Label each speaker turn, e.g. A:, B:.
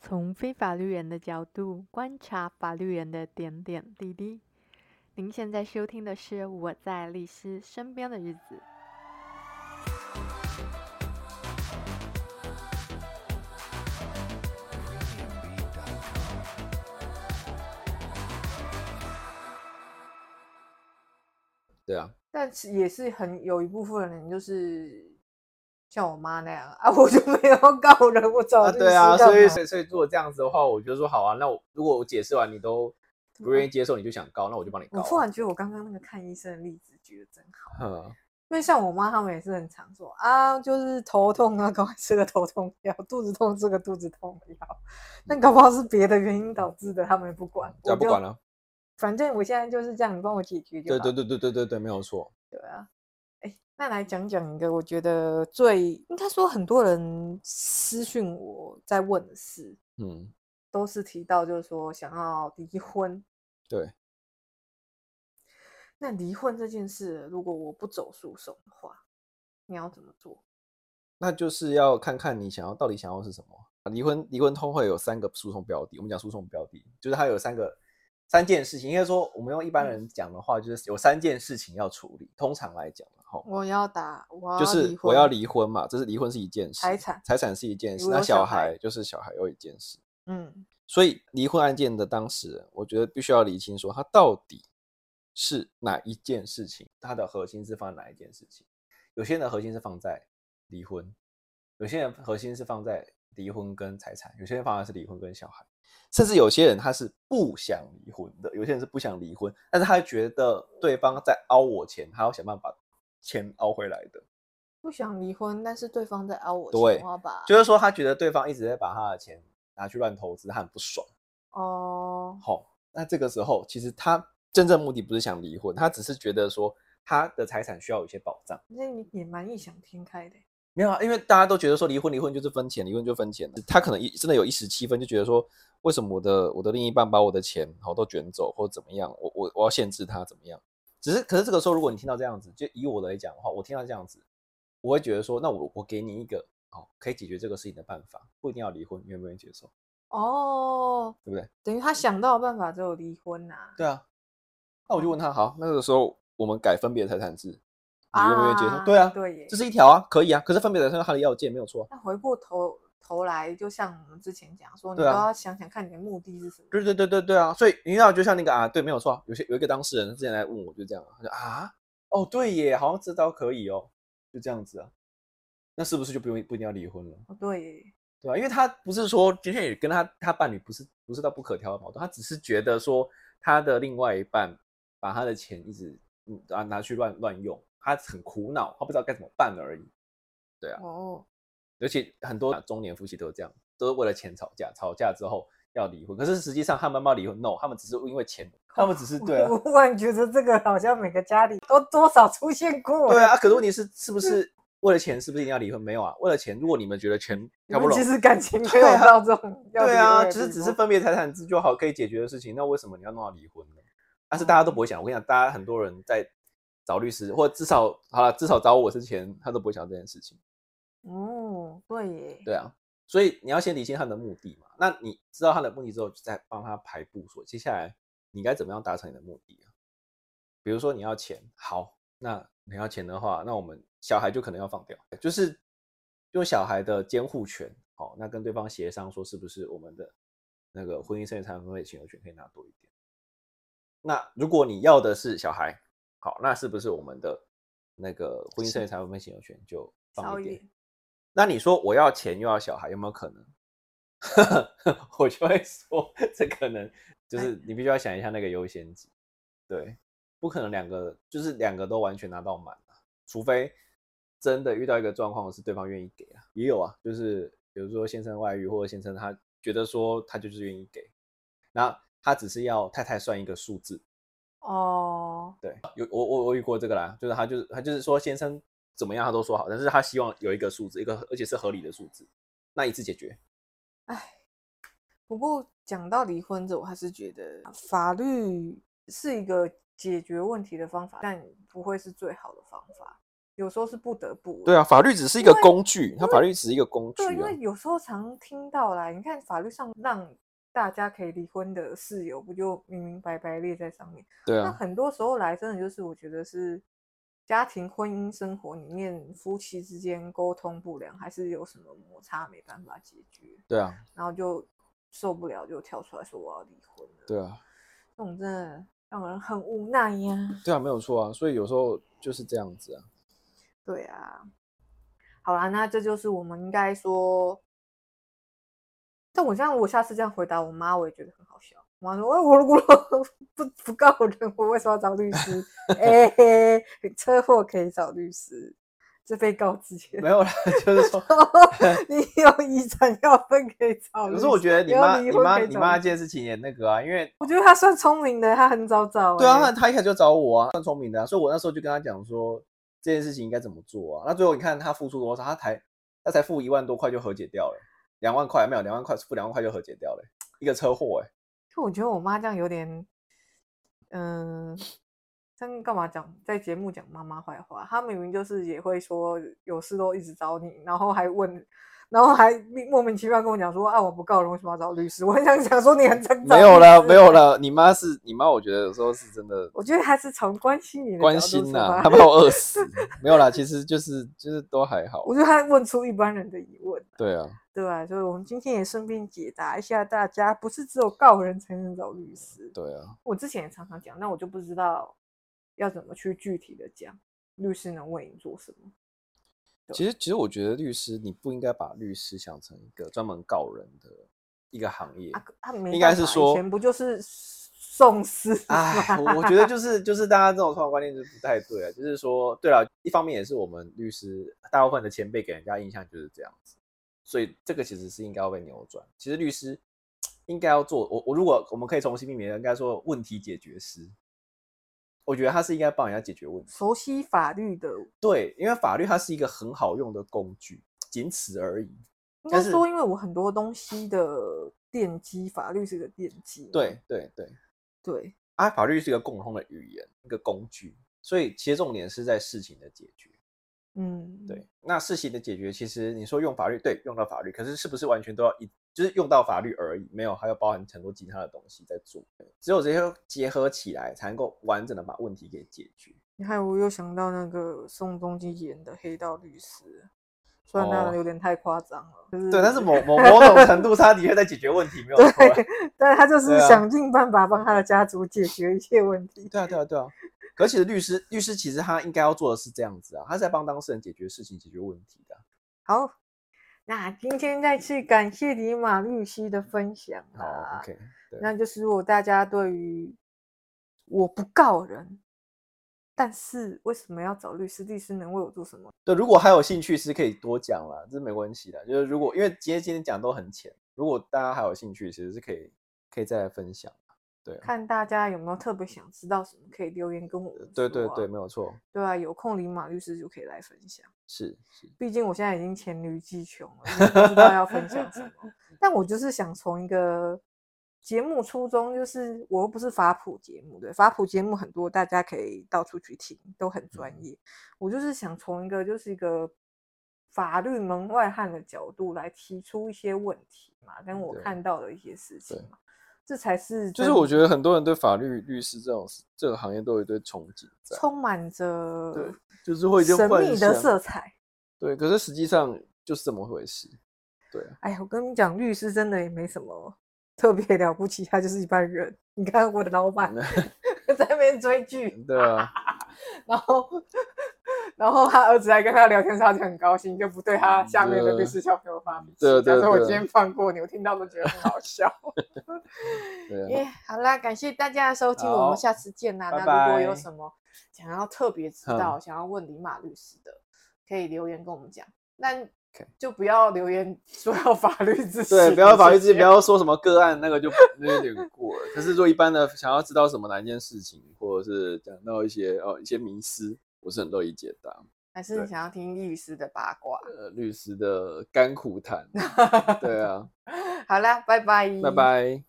A: 从非法律人的角度观察法律人的点点滴滴。您现在收听的是《我在律师身边的日子》。
B: 对啊，
C: 但是也是很有一部分人就是像我妈那样啊，我 就没有告人，我找
B: 啊
C: 律
B: 对
C: 师
B: 啊，
C: 干
B: 所以
C: 嘛
B: 所以所以如果这样子的话，我就说好啊，那我如果我解释完你都不愿意接受，你就想告，那我就帮你告
C: 我
B: 啊。
C: 突然觉得我刚刚那个看医生的例子举得真好，
B: 嗯
C: 因为像我妈他们也是很常说啊，就是头痛啊，赶快吃个头痛药；肚子痛吃个肚子痛药。那搞不好是别的原因导致的，他们也不管，
B: 这样嗯
C: 我
B: 啊不
C: 就
B: 管了。
C: 反正我现在就是这样，你帮我解决就
B: 对
C: 好。
B: 对对对对对对，没有错。
C: 对啊，哎，那来讲讲一个我觉得最应该说很多人私讯我在问的事，
B: 嗯，
C: 都是提到就是说想要离婚。
B: 对，
C: 那离婚这件事，如果我不走诉讼的话，你要怎么做？
B: 那就是要看看你想要到底想要是什么。啊离婚离婚通会有三个诉讼标的，我们讲诉讼标的就是它有三个三件事情，应该说我们用一般
C: 嗯
B: 人讲的话，就是有三件事情要处理。通常来讲，然后
C: 我要打，我要
B: 就是我
C: 嗯啊婚
B: 要，离婚嘛，这是离婚是一件事，
C: 财产
B: 财产是一件
C: 如
B: 事，
C: 果
B: 那
C: 有小
B: 小
C: 孩
B: 孩就是小孩又一件事。
C: 嗯，
B: 所以离婚案件的当事人，我觉得必须要理清说他到底是哪一件事情，他的核心是放在哪一件事情。有些人的核心是放在离婚，有些人核心是放在离婚跟财产，有些人放在是离婚跟小孩，甚至有些人他是不想离婚的，有些人是不想离婚，但是他觉得对方在凹我钱，他要想办法把钱凹回来的。
C: 不想离婚，但是对方在凹我钱，
B: 对
C: 我要把
B: 就是说，他觉得对方一直在把他的钱拿去乱投资，他很不爽。
C: 哦，
B: 好、那这个时候其实他真正目的不是想离婚，他只是觉得说他的财产需要有一些保障。
C: 那你也蛮异想天开的欸，
B: 没有啊，因为大家都觉得说离婚离婚就是分钱，离婚就分钱。他可能一真的有一时气愤，就觉得说为什么我的我的另一半把我的钱好都卷走或者怎么样，我我我要限制他怎么样？只是可是这个时候，如果你听到这样子，就以我来讲的话，我听到这样子，我会觉得说，那我我给你一个好、可以解决这个事情的办法，不一定要离婚，你愿不愿意接受？
C: 哦，
B: 对不对？
C: 等于他想到的办法只有离婚呐、
B: 对啊，那我就问他，好，那个时候我们改分别财产制，你
C: 啊，
B: 愿不愿意接受？对啊，
C: 对耶
B: 这。是一条啊，可以啊。可是分别财产是他的要件没有错啊。
C: 那回过头头来，就像我们之前讲说，你都
B: 对啊
C: 要想想看你的目的是什么。
B: 对对对对对啊，所以你知道，就像那个啊，对，没有错啊。有些有一个当事人之前来问我，就这样啊，他说啊，哦对耶，好像这招可以哦，就这样子啊。那是不是就不用不一定要离婚了，
C: 哦 对耶，
B: 对啊吧、因为他不是说今天也跟他他伴侣不是不是到不可调的矛盾，他只是觉得说他的另外一半把他的钱一直嗯啊拿去乱乱用，他很苦恼，他不知道该怎么办而已。对啊，
C: 哦，
B: 而且很多中年夫妻都是这样，都是为了钱吵架，吵架之后要离婚。可是实际上他们要离婚，no，他们只是因为钱，他们只是 对啊
C: 我，忽然觉得这个好像每个家里都多少出现过。
B: 对啊。啊可是问题是，是不是为了钱，是不是一定要离婚？没有啊，为了钱，如果你们觉得钱
C: 你
B: 搞不
C: 们
B: 拢
C: 其，实 感情没
B: 对
C: 有
B: 啊
C: 到这种要
B: 对
C: 离
B: 啊，
C: 婚的
B: 就是
C: 地
B: 只是
C: 步
B: 分别财产制就好可以解决的事情，那为什么你要弄到离婚呢？但是大家都不会想，我跟你讲，大家很多人在找律师，或至少好了，至少找我之前，他都不会想这件事情。
C: 哦，对耶，
B: 对啊，所以你要先理清他的目的嘛。那你知道他的目的之后，就再帮他排布说，接下来你该怎么样达成你的目的啊？比如说你要钱，好，那你要钱的话，那我们小孩就可能要放掉，就是用小孩的监护权，好、那跟对方协商说，是不是我们的那个婚姻剩余财产分配请求权可以拿多一点？那如果你要的是小孩，好，那是不是我们的那个婚姻剩余财产分配请求权就
C: 少
B: 放
C: 一
B: 一点？
C: 点。
B: 那你说我要钱又要小孩，有没有可能？ 我就会说，这可能就
C: 哎
B: 是你必须要想一下那个优先级，对，不可能两个就是两个都完全拿到满啊，除非真的遇到一个状况是对方愿意给啊，也有啊，就是比如说先生外遇或者先生他觉得说他就是愿意给，那他只是要太太算一个数字，
C: 哦，
B: 对，有我我我遇过这个啦，就是他就是他就是说先生怎么样他都说好，但是他希望有一个数字，一个而且是合理的数字，那一次解决。
C: 不过讲到离婚这，我还是觉得法律是一个解决问题的方法，但不会是最好的方法。有时候是不得不。
B: 对啊，法律只是一个工具，它法律只是一个工具、
C: 对，因
B: 啊
C: 为。有时候常听到啦，你看法律上让大家可以离婚的事由，不就明明白白列在上面？
B: 对
C: 那
B: 啊，
C: 很多时候来，真的就是我觉得是家庭婚姻生活里面夫妻之间沟通不良，还是有什么摩擦没办法解决，
B: 对啊，
C: 然后就受不了就跳出来说我要离婚了。
B: 对，啊，
C: 这种真的让人很无奈哎呀。
B: 对啊，没有错啊。所以有时候就是这样子啊。
C: 对啊，好啦，那这就是我们应该说。但我这样，我下次这样回答我妈，我也觉得很好笑。我妈说：“哎，我如果 不不告人，我为什么要找律师？哎、 嘿，车祸可以找律师，这被告之前
B: 没，有啦，就是说，
C: 你有遗产要分可以找律师。
B: 可是我觉得你
C: 没有
B: 妈、
C: 离
B: 你
C: 婚
B: 妈、
C: 可以
B: 你
C: 找
B: 妈
C: 律
B: 这件事情也那个啊，因为
C: 我觉得他算聪明的，他很早找、
B: 对啊，
C: 哎
B: 她她一开始就找我啊，算聪明的、啊，所以我那时候就跟她讲说这件事情应该怎么做啊。那最后你看她付出多少，她才她才付一万多块就和解掉了，两万块没有，两万块付两万块就和解掉了，一个车祸哎、
C: 就我觉得我妈这样有点，嗯、这样干嘛讲在节目讲妈妈坏话？她明明就是也会说有事都一直找你，然后还问，然后还莫名其妙跟我讲说啊我不告人，为什么要找律师？ 我很想讲说你很想找
B: 没有
C: 律
B: 啦，
C: 师
B: 没有。啦，你妈是你妈，我觉得有时候是真的
C: 我觉得还是从关心你的
B: 关
C: 角度
B: 心
C: 出
B: 呐、
C: 发
B: 她怕我饿死。没有啦，其实就是就是都还好
C: 我。觉得她问出一般人的疑问，
B: 对啊，
C: 对吧、所以我们今天也顺便解答一下大家，不是只有告人才能找律师。
B: 对啊，
C: 我之前也常常讲，那我就不知道要怎么去具体的讲，律师能为你做什么？
B: 其实其实我觉得律师你不应该把律师想成一个专门告人的一个行业。
C: 啊，他没
B: 应该
C: 办
B: 是
C: 法
B: 说
C: 以前不就是 送死
B: 哎，我我觉得就是就是大家这种传统观念就是不太对啊，就是说，对了，一方面也是我们律师大部分的前辈给人家印象就是这样子，所以这个其实是应该要被扭转。其实律师应该要做，我我如果我们可以重新命名，应该说问题解决师，我觉得他是应该帮人家解决问题。
C: 熟悉法律的，
B: 对，因为法律它是一个很好用的工具，仅此而已。
C: 应
B: 但
C: 该
B: 是
C: 说，因为我很多东西的奠基，法律是个奠基嘛。
B: 对对对，
C: 对，
B: 啊，法律是一个共通的语言，一个工具，所以其实重点是在事情的解决。
C: 嗯，
B: 对，，那事情的解决，其实你说用法律，对，用到法律，可是是不是完全都要一，就是用到法律而已？没有，还要包含很多其他的东西在做，只有这些结合起来，才能够完整的把问题给解决。
C: 你看，我又想到那个宋仲基演的黑道律师，虽然那
B: 哦
C: 有点太夸张了，就
B: 对，但是 某某某种程度上，他的确在解决问题，没有错啊。
C: 对， 但他就是
B: 对啊
C: 想尽办法帮他的家族解决一切问题。
B: 对啊，对啊，对啊。可是其实律师，律师其实他应该要做的是这样子啊，他是在帮当事人解决事情、解决问题的啊。
C: 好，那今天再次感谢李马律师的分享
B: 好、
C: 啊
B: o k 对
C: 那就是如果大家对于我不告人，但是为什么要找律师？律师能为我做什么？
B: 对，如果还有兴趣是可以多讲啦，这没关系的。就是如果因为今天今天讲都很浅，如果大家还有兴趣，其实是可以可以再来分享的。对啊，
C: 看大家有没有特别想知道什么，可以留言跟我们、
B: 对对对，，没有错，
C: 对啊，有空李马律师就可以来分享。
B: 是是，
C: 毕竟我现在已经黔驴技穷了，已经不知道要分享什么。 但我就是想从一个节目初衷，就是我又不是法普节目，对法普节目很多，大家可以到处去听，都很专
B: 嗯
C: 业。我就是想从一个就是一个法律门外汉的角度来提出一些问题嘛，跟我
B: 嗯对
C: 看到的一些事情
B: 对
C: 嘛，这才是
B: 就是
C: 真
B: 我觉得很多人对法律、律师这种这个行业都有一堆憧憬在，
C: 充满着
B: 对就是会就
C: 神
B: 幻
C: 秘的
B: 想
C: 色彩。
B: 对，可是实际上就是这么回事。对啊，
C: 哎呀，我跟你讲，律师真的也没什么特别了不起，他就是一般人。你看我的老
B: 嗯
C: 板在那边追剧，
B: 啊对啊，
C: 然后然后他儿子还跟他聊天，他就很高兴，就不对他下面的律
B: 对
C: 师小朋友发脾气。
B: 嗯对对
C: 但是我
B: 对
C: 今天放过你，我听到都觉得很好笑。
B: 对啊，
C: 耶，好啦，感谢大家的收听，我
B: 好
C: 们下次见啦。
B: 拜
C: 那如果有
B: 拜
C: 什么想要特别知
B: 嗯
C: 道、想要问李马律师的，可以留言跟我们讲。那就不要留言说要法律咨询，
B: 对，不要法律之
C: 谢
B: 前
C: 谢
B: 不要说什么个案，那个就那有点过 了。可是说一般的想要知道什么哪一件事情，或者是讲到一些哦一些迷思，我是很乐意解答。
C: 还是你
B: 对
C: 想要听律师的八卦？
B: 呃 律师的甘苦谈。对啊，
C: 好啦，拜拜，
B: 拜。拜。